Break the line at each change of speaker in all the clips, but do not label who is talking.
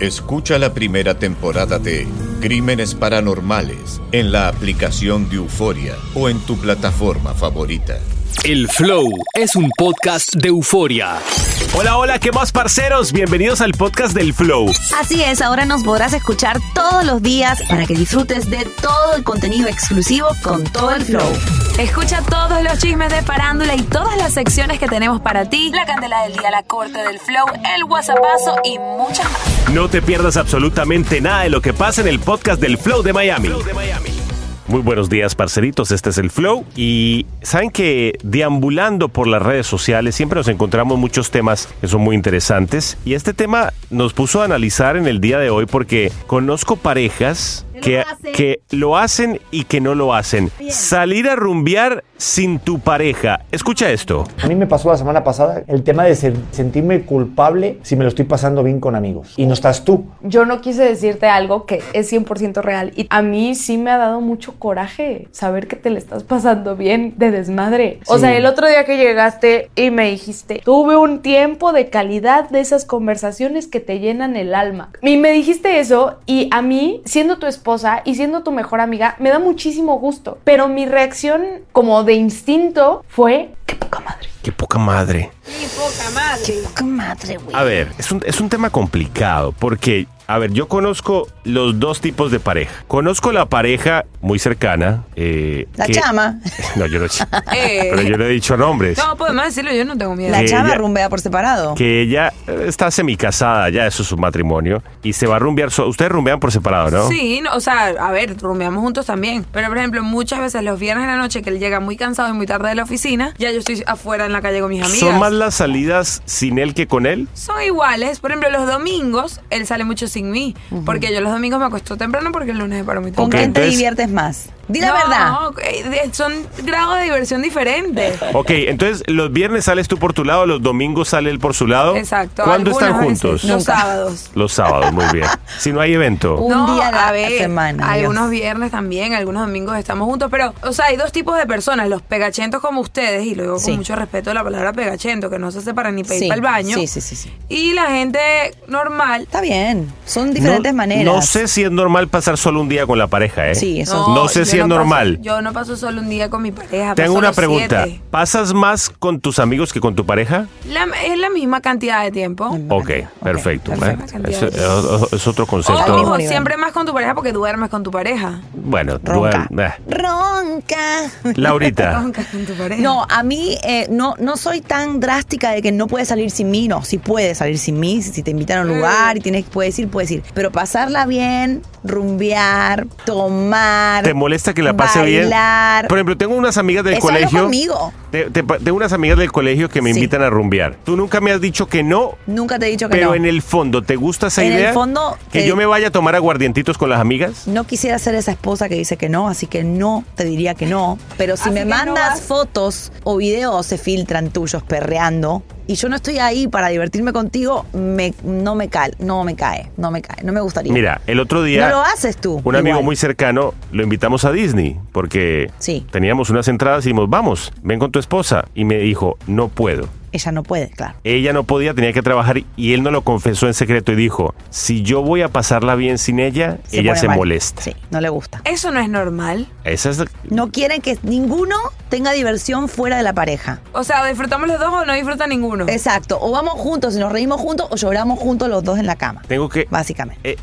Escucha la primera temporada de Crímenes Paranormales en la aplicación de Euforia o en tu plataforma favorita.
El Flow es un podcast de euforia.
Hola, hola, ¿qué más, parceros? Bienvenidos al podcast del Flow.
Así es, ahora nos podrás escuchar todos los días para que disfrutes de todo el contenido exclusivo con todo el flow.
Escucha todos los chismes de farándula y todas las secciones que tenemos para ti. La candela del día, la corte del flow, el whatsappazo y muchas más.
No te pierdas absolutamente nada de lo que pasa en el podcast del Flow de Miami. Muy buenos días, parceritos. Este es el Flow. Y saben que deambulando por las redes sociales siempre nos encontramos muchos temas que son muy interesantes. Y este tema nos puso a analizar en el día de hoy porque conozco parejas que, que lo hacen y que no lo hacen. Salir a rumbear sin tu pareja. Escucha esto.
A mí me pasó la semana pasada el tema de sen- sentirme culpable si me lo estoy pasando bien con amigos. Y no estás tú.
Yo no quise decirte algo que es 100% real y a mí sí me ha dado mucho coraje saber que te le estás pasando bien de desmadre. O
Sí.
sea, el otro día que llegaste y me dijiste, tuve un tiempo de calidad de esas conversaciones que te llenan el alma. Y me dijiste eso y a mí, siendo tu esposa y siendo tu mejor amiga, me da muchísimo gusto. Pero mi reacción como de instinto fue,
Qué poca madre.
¡Qué poca madre, güey!
A ver, es un, es un tema complicado porque, a ver, yo conozco los dos tipos de pareja. Conozco la pareja muy cercana. eh,
La
que-
chama.
No, yo no,
Eh.
pero yo no he dicho nombres.
No, podemos decirlo, yo no tengo miedo.
La
La
Eh, chava
chava
ya-
rumbea por separado.
Que ella eh, está semicasada, ya eso es su matrimonio, y se va a rumbear. so- Ustedes rumbean por separado, ¿no?
Sí, no, o sea, a ver, rumbeamos juntos también. Pero, por ejemplo, muchas veces los viernes en la noche que él llega muy cansado y muy tarde de la oficina, ya yo estoy afuera en la calle con mis amigas.
¿Son más las salidas sin él que con él?
Son iguales. Por ejemplo, los domingos él sale mucho sin mí. Porque yo los domingos me acuesto temprano porque el lunes me paro muy temprano.
¿Con quién te Entonces- diviertes
más? Di
la verdad.
son grados de diversión diferentes.
Ok, entonces los viernes sales tú por tu lado, los domingos sale él por su lado.
Exacto.
¿Cuándo están
Algunas veces.
juntos?
Los sábados.
Los sábados, muy bien. Si no hay evento.
no,
día a la
a ver,
semana,
Algunos viernes también, algunos domingos estamos juntos, pero, o sea, hay dos tipos de personas, los pegachentos como ustedes, y luego
Sí.
con mucho respeto la palabra pegachento, que no se separan ni para
Sí,
ir para el baño.
sí, sí, sí, sí.
Y la gente normal. Está bien, son
no, No sé si es normal pasar solo un día con la pareja, ¿eh? No sé si es normal.
yo no paso solo un día con mi pareja.
Tengo
paso
una
los
pregunta.
siete.
¿Pasas más con tus amigos que con tu pareja?
La- es la misma cantidad de tiempo.
Ok, perfecto.
perfecto.
¿eh? Eso- Es, es otro concepto.
Ojo, siempre más con tu pareja porque duermes con tu pareja.
Bueno,
Ronca.
duerme- eh.
Ronca.
Laurita.
con tu pareja.
No, a mí eh, no, no soy tan drástica de que no puedes salir sin mí. No, si puedes salir sin mí, si si te invitan a un lugar y tienes, puedes ir, puedes ir. Pero pasarla bien rumbear, tomar.
¿Te molesta que la pase
bailar.
bien? Por ejemplo, tengo unas amigas del
Eso hablo
colegio.
conmigo.
Te- te- tengo unas amigas del colegio que me
Sí.
invitan a rumbear. Tú nunca me has dicho que no,
Nunca te he dicho que
pero
no.
en el fondo, ¿te gusta esa
En el
idea?
fondo, eh,
que
te-
yo me vaya a tomar aguardientitos con las amigas.
No quisiera ser esa esposa que dice que no, así que no te diría que no. Pero si
Así
me
que no
mandas
vas.
fotos o videos se filtran tuyos perreando y yo no estoy ahí para divertirme contigo, me, no me cae, no me cae, no me cae, no me gustaría.
Mira, el otro día.
No lo haces tú,
Un amigo
igual.
muy cercano lo invitamos a Disney porque
Sí.
teníamos unas entradas y dijimos, vamos, ven con tu esposa. Y me dijo, no puedo.
Ella no puede, claro.
Ella no podía, tenía que trabajar y él no lo confesó en secreto y dijo, si yo voy a pasarla bien sin ella,
Se
ella
pone
se
mal.
molesta.
Sí, no le gusta.
Eso no es normal.
Esa es
No quieren que ninguno tenga diversión fuera de la pareja.
O sea, disfrutamos los dos o no disfruta ninguno.
Exacto. O vamos juntos y nos reímos juntos o lloramos juntos los dos en la cama.
Tengo que. eh,
Básicamente.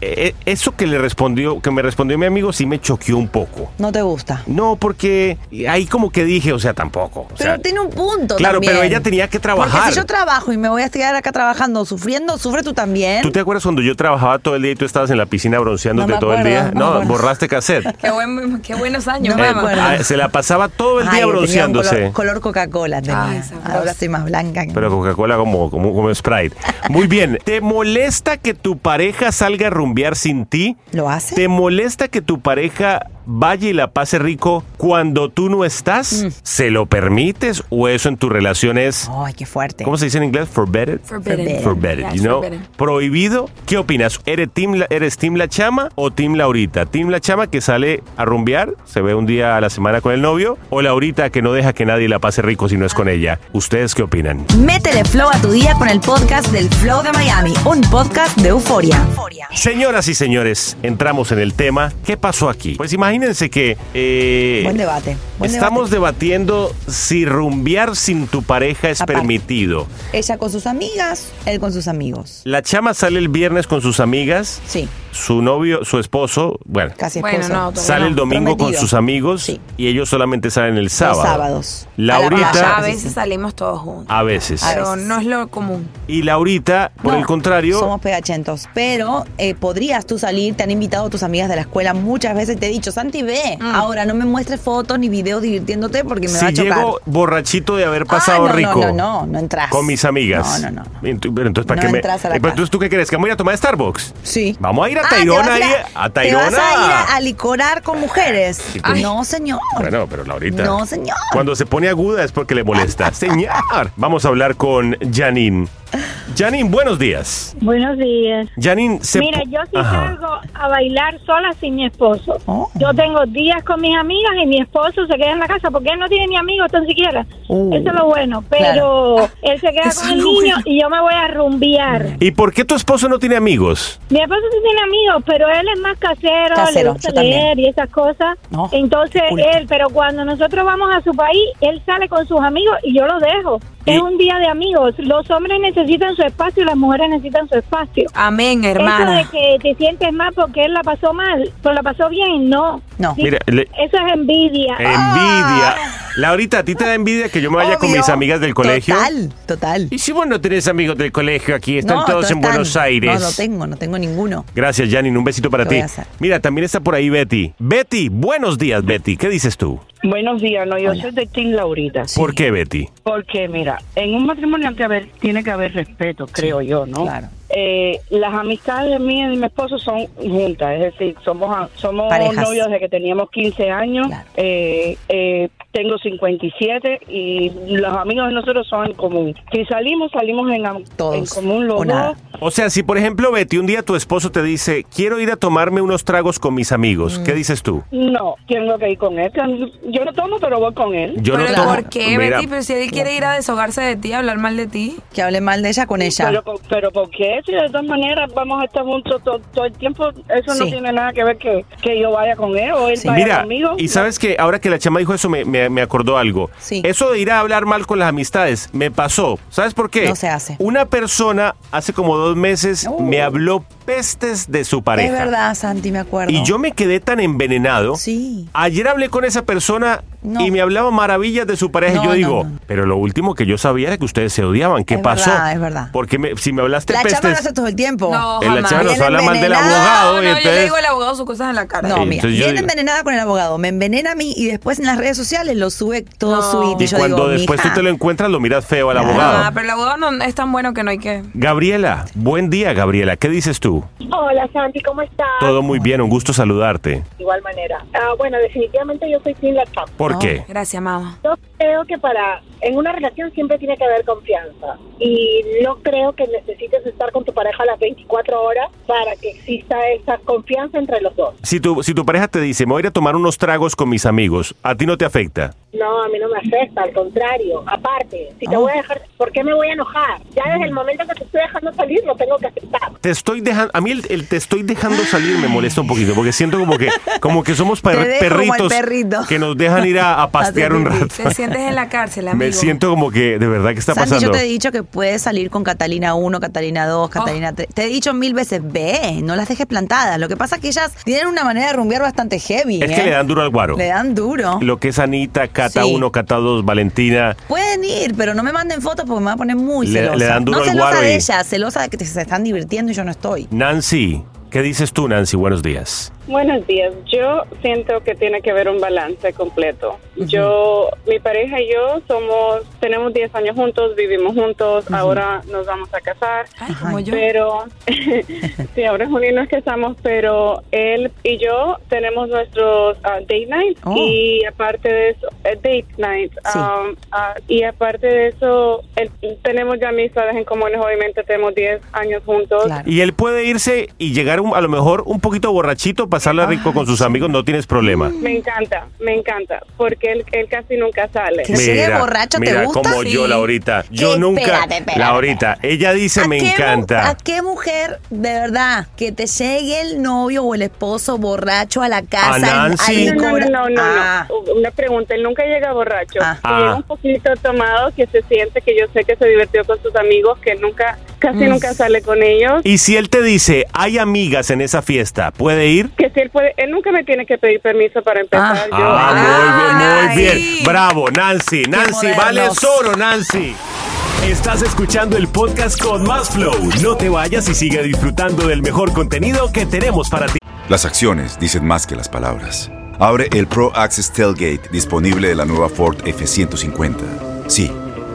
eso que le respondió, que me respondió mi amigo, sí me choqueó un poco.
No te gusta.
No, porque ahí como que dije, o sea, tampoco. o sea,
pero tiene un punto.
claro,
también.
pero ella tenía que trabajar.
Porque si yo trabajo y me voy a quedar acá trabajando, sufriendo, sufre tú también.
¿Tú te acuerdas cuando yo trabajaba todo el día y tú estabas en la piscina bronceándote
No me
todo el
acuerdo,
día?
no me
No,
acuerdo.
borraste cassette.
Qué, buen- qué buenos años,
No me
mamá.
acuerdo.
Ah, se la pasaba todo el día
Ay, tenía un
bronceándose.
Color, color Coca-Cola tenía. Ahora estoy más blanca. que-
Pero Coca-Cola como, como, como Sprite. Muy bien. ¿Te molesta que tu pareja salga a rumbear sin ti?
¿Lo hace?
¿Te molesta que tu pareja vaya y la pase rico cuando tú no
Mm.
estás? ¿Se lo permites o eso en tu relación es...
Ay, qué fuerte.
¿Cómo se dice en inglés? Forbidden.
Forbidden.
Forbidden,
Yes,
you know?
forbidden.
Prohibido. ¿Qué opinas? ¿Eres team, la, ¿Eres team La Chama o Team Laurita? ¿Team La Chama que sale a rumbear, se ve un día a la semana con el novio? ¿O Laurita que no deja que nadie la pase rico si no es con ella? ¿Ustedes qué opinan?
Métele flow a tu día con el podcast del Flow de Miami, un podcast de euforia.
Señoras y señores, entramos en el tema. ¿Qué pasó aquí? Pues imagínense que... eh,
Buen debate. buen
estamos debatiendo si rumbear sin tu pareja es
Aparte.
permitido.
debate. Ella con sus amigas, él con sus amigos.
La chama sale el viernes con sus amigas.
Sí.
Su novio, su esposo, bueno.
Casi
Bueno,
esposo.
no, todavía
Sale el domingo con
Prometido.
sus amigos y ellos solamente salen el sábado.
sábados.
Laurita.
A veces salimos todos juntos.
A veces.
Pero no es lo común.
Y Laurita, por
No,
el contrario,
Somos pegachentos. Pero eh, podrías tú salir, te han invitado tus amigas de la escuela muchas veces y te he dicho, Santi, ve. Ahora no me muestres fotos ni videos divirtiéndote porque me va
si
a chocar.
llego borrachito de haber pasado
Ah, no,
rico
No, no, no, no entras.
con mis amigas.
No, no, no.
Ent- Pero entonces, ¿para
No
qué me-
entras a la
Eh, pero entonces, ¿tú qué crees? ¿Que vamos a ir a tomar Starbucks?
Sí.
Vamos a ir a
Ah,
Tayrona
te vas a ir
ahí- a
Te vas a ir a,
Tayrona. pues.
a licorar con mujeres.
qué cosa.
No, señor.
Bueno, pero Laurita.
No, señor.
Cuando se pone aguda es porque le molesta. Señor. Vamos a hablar con Janine. Janine, buenos días.
Buenos días.
Janine, se
Mira,
po-
yo sí
Ajá.
salgo a bailar sola sin mi esposo. Yo tengo días con mis amigas y mi esposo se queda en la casa porque él no tiene ni amigos tan siquiera. Eso es lo bueno. Pero él se queda Uh. Eso con es el lo niño bueno. y yo me voy a rumbear.
¿Y por qué tu esposo no tiene amigos?
Mi esposo sí tiene amigos, pero él es más casero,
Casero,
le gusta
yo también.
leer y esas cosas.
No,
Entonces
culpa.
él, pero cuando nosotros vamos a su país, él sale con sus amigos y yo lo dejo. Es un día de amigos. Los hombres necesitan su espacio y las mujeres necesitan su espacio.
Amén, hermana.
Eso de que te sientes mal porque él la pasó mal, pero la pasó bien, no.
No.
Mira, le- Eh,
Eso es envidia.
Envidia. Laurita, ¿a ti te da envidia que yo me vaya con
Obvio.
mis amigas del colegio?
Total, total.
¿Y si vos no tenés amigos del colegio aquí? Están
No,
todos en
están.
Buenos Aires.
No, no tengo, no tengo ninguno.
Gracias, Janine. Un besito para
Lo
ti.
voy a hacer.
Mira, también está por ahí Betty. Betty, buenos días, Betty. ¿Qué dices tú?
Buenos días, no, yo soy de Team Laurita.
¿Por qué, Betty?
Porque, mira, en un matrimonio hay que haber, tiene que haber respeto, creo yo, ¿no? Eh, las amistades mías y mi esposo son juntas, es decir, somos a- somos
Parejas.
novios desde que teníamos 15 años, eh, eh, tengo 57 y los amigos de nosotros son en común. Si salimos, salimos en, am- en común los dos.
O sea, si por ejemplo, Betty, un día tu esposo te dice, quiero ir a tomarme unos tragos con mis amigos,
Mm.
¿qué dices tú?
No, tengo que ir con él. Yo no tomo, pero voy con él.
Yo no
Pero
tomo-
¿por
¿Qué,
Mira,
Betty? Pero si él quiere ir a deshogarse de ti, a hablar mal de ti.
Que hable mal de ella con ella.
Pero, po- pero ¿por qué? Si de todas maneras vamos a estar juntos to- todo el tiempo, eso no
Sí.
tiene nada que ver que, que yo vaya con él o él vaya
Mira,
conmigo.
y sabes que ahora que la chama dijo eso me, me- me acordó algo. Eso de ir a hablar mal con las amistades me pasó. ¿Sabes por qué?
No se hace.
Una persona hace como dos meses me habló pestes de su pareja.
Es verdad, Santi, me acuerdo.
Y yo me quedé tan envenenado. Ayer hablé con esa persona
No.
y me hablaba maravillas de su pareja.
No,
y yo
no,
digo,
no.
pero lo último que yo sabía era que ustedes se odiaban. ¿Qué
Es
pasó?
verdad, es verdad.
Porque me- si me hablaste
La chava no
pestes.
hace todo el tiempo.
Eh, este la chava nos
Viene
habla mal del
envenenada.
abogado. y
No, yo le
Ah, entonces-
digo al abogado sus cosas en la cara.
No,
Sí,
mira,
entonces yo
viene
digo-
envenenada con el abogado, me envenena a mí y después en las redes sociales lo sube todo su
y cuando después tú te lo encuentras, lo miras feo al abogado.
Ah, pero el abogado no es tan bueno que no hay que.
Gabriela, buen día, Gabriela. ¿Qué dices tú?
Hola Santi, ¿cómo estás?
Todo muy bien, un gusto saludarte.
De igual manera. Ah, bueno, definitivamente yo soy Team Latam.
¿Por qué?
Oh, Gracias, mamá.
Yo creo que para en una relación siempre tiene que haber confianza y no creo que necesites estar con tu pareja las 24 horas para que exista esa confianza entre los dos.
Si tu, si tu pareja te dice, me voy a ir a tomar unos tragos con mis amigos, ¿a ti no te afecta?
No, a mí no me afecta, al contrario. Aparte, si te
Oh.
voy a dejar, ¿por qué me voy a enojar? Ya desde el momento que te estoy dejando salir lo tengo que aceptar.
Te estoy dejando, a mí el, el te estoy dejando salir me molesta un poquito, porque siento como que, como que somos per-
Te dejo como el
perritos
perrito.
que nos dejan ir a, a pastear un rato.
Te sientes en la cárcel, amigo.
Me siento como que, de verdad, ¿qué está
Santi,
pasando?
yo te he dicho que puedes salir con Catalina 1, Catalina 2,
Oh.
Catalina 3. Te he dicho mil veces, ve, no las dejes plantadas. Lo que pasa es que ellas tienen una manera de rumbear bastante heavy.
Es que
¿eh?
le dan duro al guaro.
Le dan duro.
Lo que es Anita, Cata
Sí.
1, Cata 2, Valentina.
Pueden ir, pero no me manden fotos porque me va a poner muy
Le-
celosa.
le dan duro
no
al
celosa
guaro y-
de ellas, celosa de que se están divirtiendo y yo no estoy.
Nancy, ¿qué dices tú, Nancy? Buenos días.
Buenos días. Pues, Yo siento que tiene que haber un balance completo. Yo, mi pareja y yo somos, tenemos 10 años juntos, vivimos juntos, ahora nos vamos a casar.
como yo.
Pero, sí, ahora en junio nos casamos, pero él y yo tenemos nuestros ah, date night
Oh.
y aparte de eso, eh, date night. um, ah, y aparte de eso, él- tenemos ya amistades en comunes, obviamente tenemos 10 años juntos.
Y él puede irse y llegar un- a lo mejor un poquito borrachito, pasarla rico con sus amigos, no tienes problema.
Mm,
Me encanta, me encanta, porque él, él casi nunca sale.
mira como yo, Laurita. Yo
¿Qué?
nunca.
Espérate, espérate.
Laurita, ella dice me
¿Qué mu-
encanta.
¿A qué mujer de verdad que te llegue el novio o el esposo borracho a la casa?
A
al-
Nancy.
al
No, no,
licor-
no, no, no.
Ah.
Una pregunta, él nunca llega borracho.
Ah.
Llega un poquito tomado, que se siente, que yo sé que se divirtió con sus amigos, que él nunca, casi
Mm.
nunca sale con ellos.
Y si él te dice, hay amigas en esa fiesta, ¿puede ir?
Que si él puede, él nunca me tiene que pedir permiso para empezar. yo,
Ah, muy bien, muy bien. Bravo, Nancy. Nancy,
modernos.
vale solo, Nancy.
Estás escuchando el podcast con más flow. No te vayas y sigue disfrutando del mejor contenido que tenemos para ti.
Las acciones dicen más que las palabras. Abre el Pro Access Tailgate disponible de la nueva Ford F-150. Sí,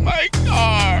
My car.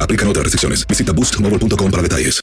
Aplican otras restricciones. Visita boostmobile.com para detalles.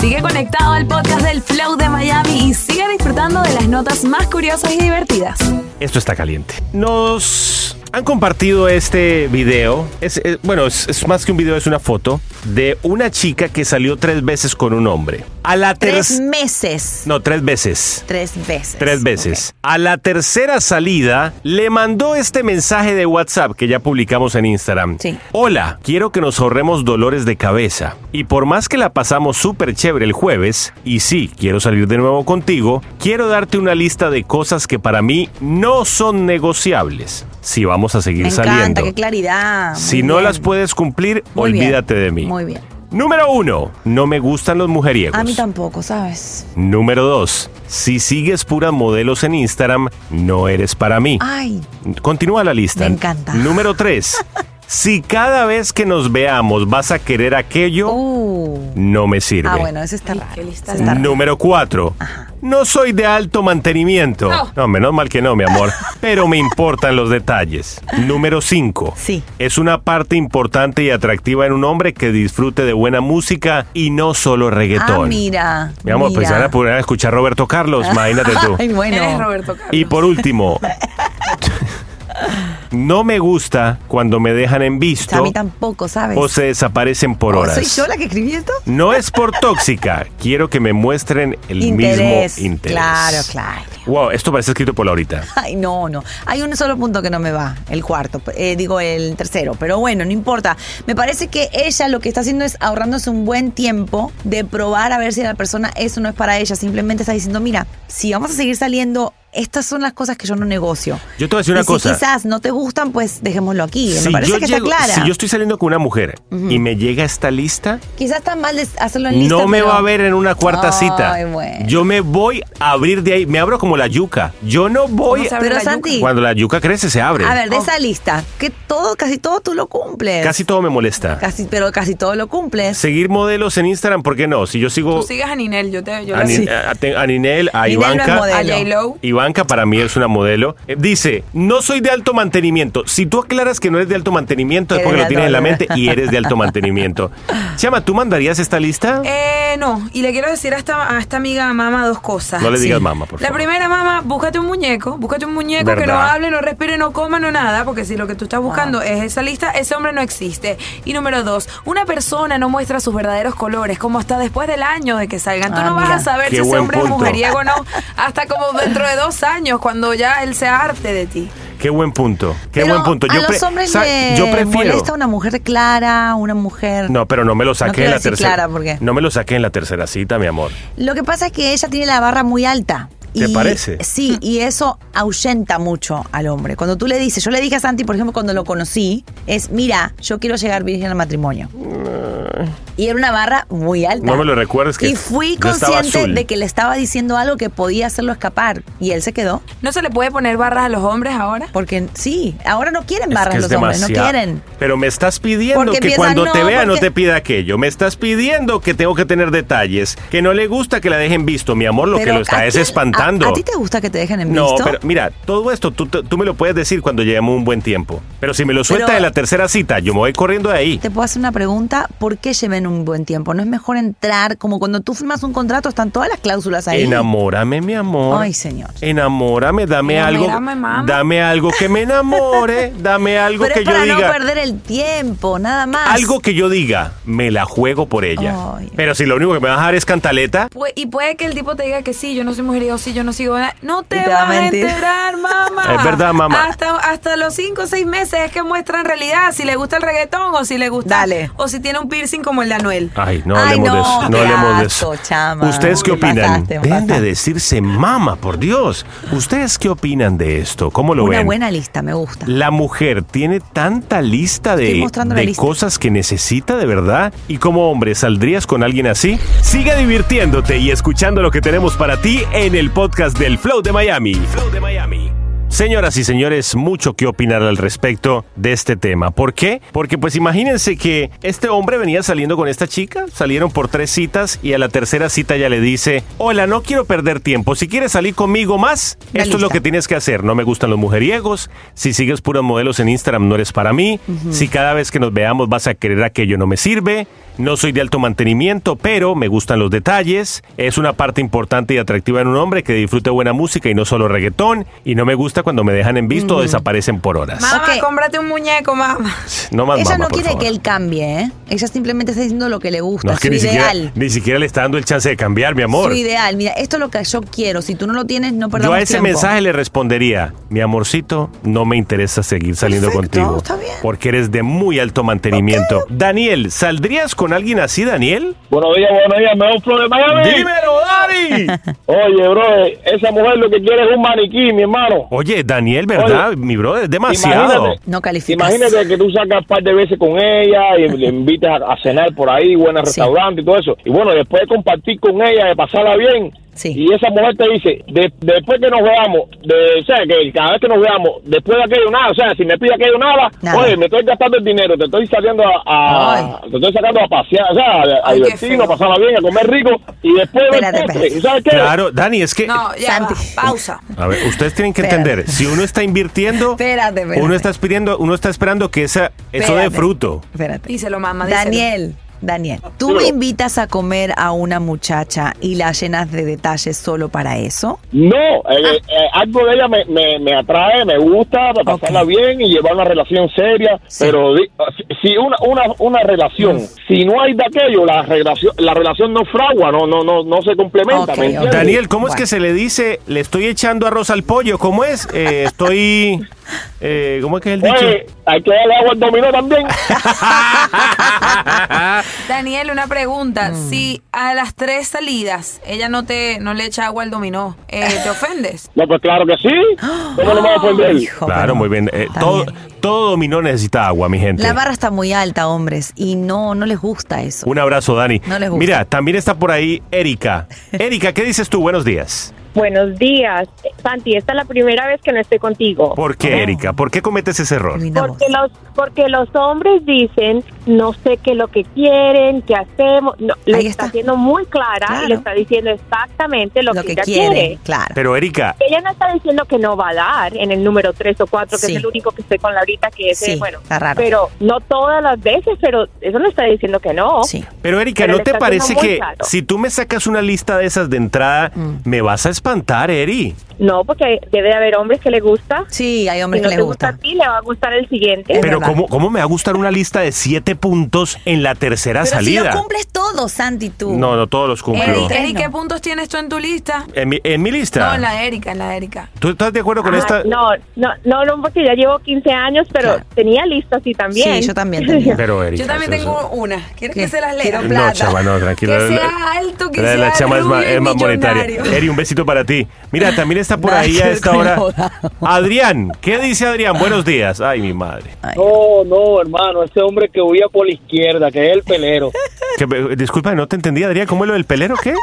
Sigue conectado al podcast del Flow de Miami y sigue disfrutando de las notas más curiosas y divertidas.
Esto está caliente. Nos han compartido este video. Es, eh, bueno, es, es más que un video, es una foto de una chica que salió tres veces con un hombre. A la
Tres
tercera.
meses.
No, tres veces.
Tres veces.
Tres veces. A la tercera salida le mandó este mensaje de WhatsApp que ya publicamos en Instagram. Hola, quiero que nos ahorremos dolores de cabeza. Y por más que la pasamos súper chévere el jueves, y sí, quiero salir de nuevo contigo, quiero darte una lista de cosas que para mí no son negociables. Si vamos a seguir
Me
saliendo.
encanta, qué claridad.
si
Muy
no
bien.
las puedes cumplir,
Muy bien.
olvídate de mí.
Muy bien.
Número uno, no me gustan los mujeriegos.
A mí tampoco, ¿sabes?
Número 2. Si sigues puras modelos en Instagram, no eres para mí.
Ay.
Continúa la lista.
Me encanta.
Número 3. si cada vez que nos veamos vas a querer aquello, no me sirve.
Ah, bueno, ese está raro. Ese está raro.
Número 4. No soy de alto mantenimiento.
No.
menos mal que no, mi amor. Pero me importan los detalles. Número 5.
Sí.
Es una parte importante y atractiva en un hombre que disfrute de buena música y no solo reggaetón.
Ah, mira.
Mi amor, pues
mira.
van a poder escuchar Roberto Carlos, imagínate tú.
Ay, bueno.
Eres Roberto Carlos.
Y por último, no me gusta cuando me dejan en
O sea, a
visto
mí tampoco, ¿sabes?
o se desaparecen por
Oh, ¿Soy
horas.
yo la que escribí esto?
No es por tóxica, quiero que me muestren el
interés.
mismo interés.
Claro, claro.
Wow, esto parece escrito por Laurita.
Ay, no, no. Hay un solo punto que no me va, el cuarto, eh, digo el tercero, pero bueno, no importa. Me parece que ella lo que está haciendo es ahorrándose un buen tiempo de probar a ver si la persona eso no es para ella. Simplemente está diciendo, mira, si vamos a seguir saliendo, estas son las cosas que yo no negocio.
Yo te voy a decir una
Y
cosa.
Si quizás no te gustan, pues dejémoslo aquí. me parece que
llego-
está clara.
si yo estoy saliendo con una mujer
Ujú.
y me llega esta lista,
Quizás está mal de hacerlo en lista.
no me
pero-
va a ver en una cuarta
Ay,
cita.
bueno.
Yo me voy a abrir de ahí, me abro como la yuca. Yo no voy
se abre Pero, la yuca? Santi-
Cuando la yuca crece se abre.
A ver, de esa lista, que todo, casi todo tú lo cumples.
Oh. Casi todo me molesta.
Casi, pero casi todo lo cumples.
Seguir modelos en Instagram, ¿por qué no? Si yo sigo
Tú sigas a Ninel, yo te yo
Oh.
la-
a, Ni- a- te- a Ninel, a
Ninel no es
Ivanka.
modelo. A J-Lo.
Ivanka para mí es una modelo. Eh, Dice, no soy de alto mantenimiento. Si tú aclaras que no eres de alto mantenimiento, es
Eres
porque
de
lo
alto
tienes en la mente
mantenimiento.
y eres de alto mantenimiento. Chama, ¿tú mandarías esta lista?
Eh, no, y le quiero decir a esta, a esta amiga mamá dos cosas.
No le digas mamá, por
La
favor.
primera, mamá, búscate un muñeco, búscate un muñeco que no
¿Verdad?
hable, no respire, no coma, no nada, porque si lo que tú estás buscando es esa lista, ese hombre no existe. Y número dos, una persona no muestra sus verdaderos colores, como hasta después del año de que salgan. Tú
Ah,
no
mira.
vas a saber
Qué
si ese
buen
hombre
punto.
es mujeriego o no, hasta como dentro de dos años, cuando ya él se harte de ti.
Qué buen punto. Qué
Pero
buen punto.
a los
pre-
hombres
sa-
le
yo prefiero.
molesta una mujer clara, una mujer...
No, pero no me lo
No
saqué
quiero
en la
decir
tercera.
Clara, ¿por qué?
No me lo saqué en la tercera cita, mi amor.
Lo que pasa es que ella tiene la barra muy alta.
¿Te
y-
parece?
Sí,
Mm.
y eso ahuyenta mucho al hombre. Cuando tú le dices, yo le dije a Santi, por ejemplo, cuando lo conocí, es, mira, yo quiero llegar virgen al matrimonio. Y era una barra muy alta.
Mm. No me lo recuerdes que
Y fui
yo estaba
consciente
azul.
de que le estaba diciendo algo que podía hacerlo escapar. Y él se quedó.
¿No se le puede poner barras a los hombres ahora?
Porque sí, ahora no quieren barras
que es
los hombres, no
demasiado.
quieren.
Pero me estás pidiendo
Porque
que
piensan,
cuando te
no,
vea no
porque-
te pida aquello. Me estás pidiendo que tengo que tener detalles. Que no le gusta que la dejen visto, mi amor. Lo que
Pero
lo está
¿a
es
quién-
espantando.
¿A, a ti te gusta que te dejen en
no,
visto?
pero mira, todo esto tú, tú me lo puedes decir cuando lleguemos un buen tiempo. Pero si me lo sueltas
Pero-
en la tercera cita, yo me voy corriendo de ahí.
Te puedo hacer una pregunta, ¿por qué lleven un buen tiempo? ¿No es mejor entrar, como cuando tú firmas un contrato, están todas las cláusulas ahí?
Enamórame, mi amor.
Ay, señor.
Enamórame, dame
Enamórame,
algo.
mama.
Dame algo que me enamore. dame algo
Pero
que
es para
yo
no
diga.
perder el tiempo, nada más.
Algo que yo diga, me la juego por ella. Pero si lo único que me vas a dar es cantaleta,
Pu- y puede que el tipo te diga que sí, yo no soy mujeriego, sí, yo no sigo nada. No te,
Y te va a
vas a,
mentir.
enterar, mamá.
Es verdad, mamá.
Hasta, hasta los 5 o 6 meses es que muestra en realidad si le gusta el reggaetón o si le gusta. O si tiene un piercing como el de Anuel.
Ay, no
Ay,
hablemos
no,
de eso. No
qué
hablemos de
asco,
eso.
chama.
¿Ustedes qué
Te
opinan?
pasaste,
Deben de decirse mama, por Dios. ¿Ustedes qué opinan de esto? ¿Cómo lo
Una
ven?
buena lista, me gusta.
La mujer tiene tanta lista
Estoy
de,
mostrando la
de
lista.
cosas que necesita de verdad. ¿Y como hombre saldrías con alguien así? Sigue divirtiéndote y escuchando lo que tenemos para ti en el podcast del Flow de Miami. Señoras y señores, mucho que opinar al respecto de este tema. ¿Por qué? Porque pues imagínense que este hombre venía saliendo con esta chica, salieron por tres citas y a la tercera cita ya le dice, hola, no quiero perder tiempo, si quieres salir conmigo más,
La
esto es lo
lista.
que tienes que hacer, no me gustan los mujeriegos, si sigues puros modelos en Instagram no eres para mí,
Ujú.
si cada vez que nos veamos vas a querer aquello no me sirve, no soy de alto mantenimiento, pero me gustan los detalles. Es una parte importante y atractiva en un hombre que disfruta buena música y no solo reggaetón. Y no me gusta cuando me dejan en visto o desaparecen por horas.
Mamá, cómprate un muñeco, mamá.
No más
Ella
mamá,
no
por
quiere
favor.
que él cambie, ¿eh? Ella simplemente está diciendo lo que le gusta,
No, es que
su
ni siquiera,
ideal.
ni siquiera le está dando el chance de cambiar, mi amor.
Su ideal. Mira, esto es lo que yo quiero. Si tú no lo tienes, no perdamos
Yo a ese
tiempo.
mensaje le respondería, mi amorcito, no me interesa seguir saliendo contigo. Porque eres de muy alto mantenimiento. Daniel, ¿saldrías con con alguien así, Daniel?
Buenos días, buenos días, me da un flow de Miami.
Dímelo, Dari.
Oye, bro, esa mujer lo que quiere es un maniquí, mi hermano.
Oye, Daniel, ¿verdad?
Oye,
Mi brother, es demasiado.
imagínate.
No calificas.
Imagínate que tú sacas un par de veces con ella y le invitas a, a cenar por ahí, buenos
Sí.
restaurantes y todo eso. Y bueno, después de compartir con ella, de pasarla bien. Y esa mujer te dice, de- después que nos veamos, de, o sea, que cada vez que nos veamos, después de aquello nada, o sea, si me pide aquello nada,
Nada.
oye, me estoy gastando el dinero, te estoy saliendo a, a- te estoy sacando a pasear, o sea, a, a
Ay, qué
divertirnos, a
feo.
pasarla bien, a comer rico, y después del
Espérate,
postre,
espérate.
¿sabes qué?
Claro, Dani, es que.
No, Oh, ya. va, Pausa.
A ver, ustedes tienen que
Espérate.
entender, si uno está invirtiendo,
Espérate, espérate.
uno está pidiendo, uno está esperando que esa, eso dé
Espérate.
fruto.
Espérate.
Y se lo mama. díselo.
Daniel, Daniel, ¿tú me invitas a comer a una muchacha y la llenas de detalles solo para eso?
No, eh, eh, algo de ella me, me, me atrae, me gusta, para pasarla bien y llevar una relación seria, pero di- si- si una, una, una relación, si no hay de aquello, la relación, la relación no fragua, no, no, no, no se complementa. ¿me entiendes?
Daniel, ¿cómo es que se le dice, le estoy echando arroz al pollo? ¿Cómo es? Eh, estoy. eh, ¿Cómo es que es el dicho?
Oye, hay que darle agua al dominó también.
Daniel, una pregunta.
Mm.
Si a las tres salidas ella no te no le echa agua al dominó, eh, ¿te ofendes?
No, pues claro que sí. ¿Cómo no me voy a ofender?
Claro, muy bien. Eh, todo, todo dominó necesita agua, mi gente.
La barra está muy alta, hombres, y no, no les gusta eso.
Un abrazo, Dani.
No les gusta.
Mira, también está por ahí Erika. Erika, ¿qué dices tú? Buenos días.
Buenos días. Santi, esta es la primera vez que no estoy contigo.
¿Por
Oh.
qué, Erika? ¿Por qué cometes ese error?
Porque los, porque los hombres dicen, no sé qué es lo que quieren, qué hacemos. No, lo
Ahí
está haciendo muy clara y le está diciendo exactamente lo,
Lo
que,
que
ella
quiere,
quiere.
claro.
Pero, Erika,
Ella no está diciendo que no va a dar en el número 3 o 4, que
Sí.
es el único que estoy con la ahorita, que es, eh,
Sí,
bueno,
está raro.
pero no todas las veces, pero eso no está diciendo que no.
Pero Erika,
Oh, Pero
¿no
le
te
está
parece
haciendo muy
que
raro.
si tú me sacas una lista de esas de entrada,
Mm.
me vas a espantar, Eri?
No, porque debe de haber hombres que le gusta.
Sí, hay hombres
si no
que
te
les
gusta. a ti, le va a gustar el siguiente.
Pero ¿cómo, ¿cómo me va a gustar una lista de siete puntos en la tercera
Pero si
salida?
lo cumples todo, Santi, tú.
no, no todos los cumplo.
Eh, Erika, ¿y qué puntos tienes tú en tu lista?
En mi, en mi
No,
lista.
en la Erika, en la Erika.
¿Tú estás de acuerdo Ah. con
Ah,
esta?
No, no, no, no, porque ya llevo 15 años, pero tenía listas y también.
Sí, yo también
tenía. Pero, Erika,
Yo también
eso-
tengo una. ¿Quieres que se las lea?
No, chava, no, tranquila.
Que
La-
sea alto, que
la de la
sea
chama es más,
rubio y
es más monetaria.
millonario.
Eri, un besito para ti. Mira, también está por
Nada
ahí
que
a
ver
esta
con
hora.
la
Adrián, ¿qué dice Adrián? Buenos días. Ay, mi madre.
No, no, hermano, ese hombre que huía por la izquierda, que es el pelero.
Que- eh, disculpa, no te entendí, Adrián. ¿Cómo es lo del pelero? ¿Qué?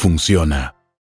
funciona.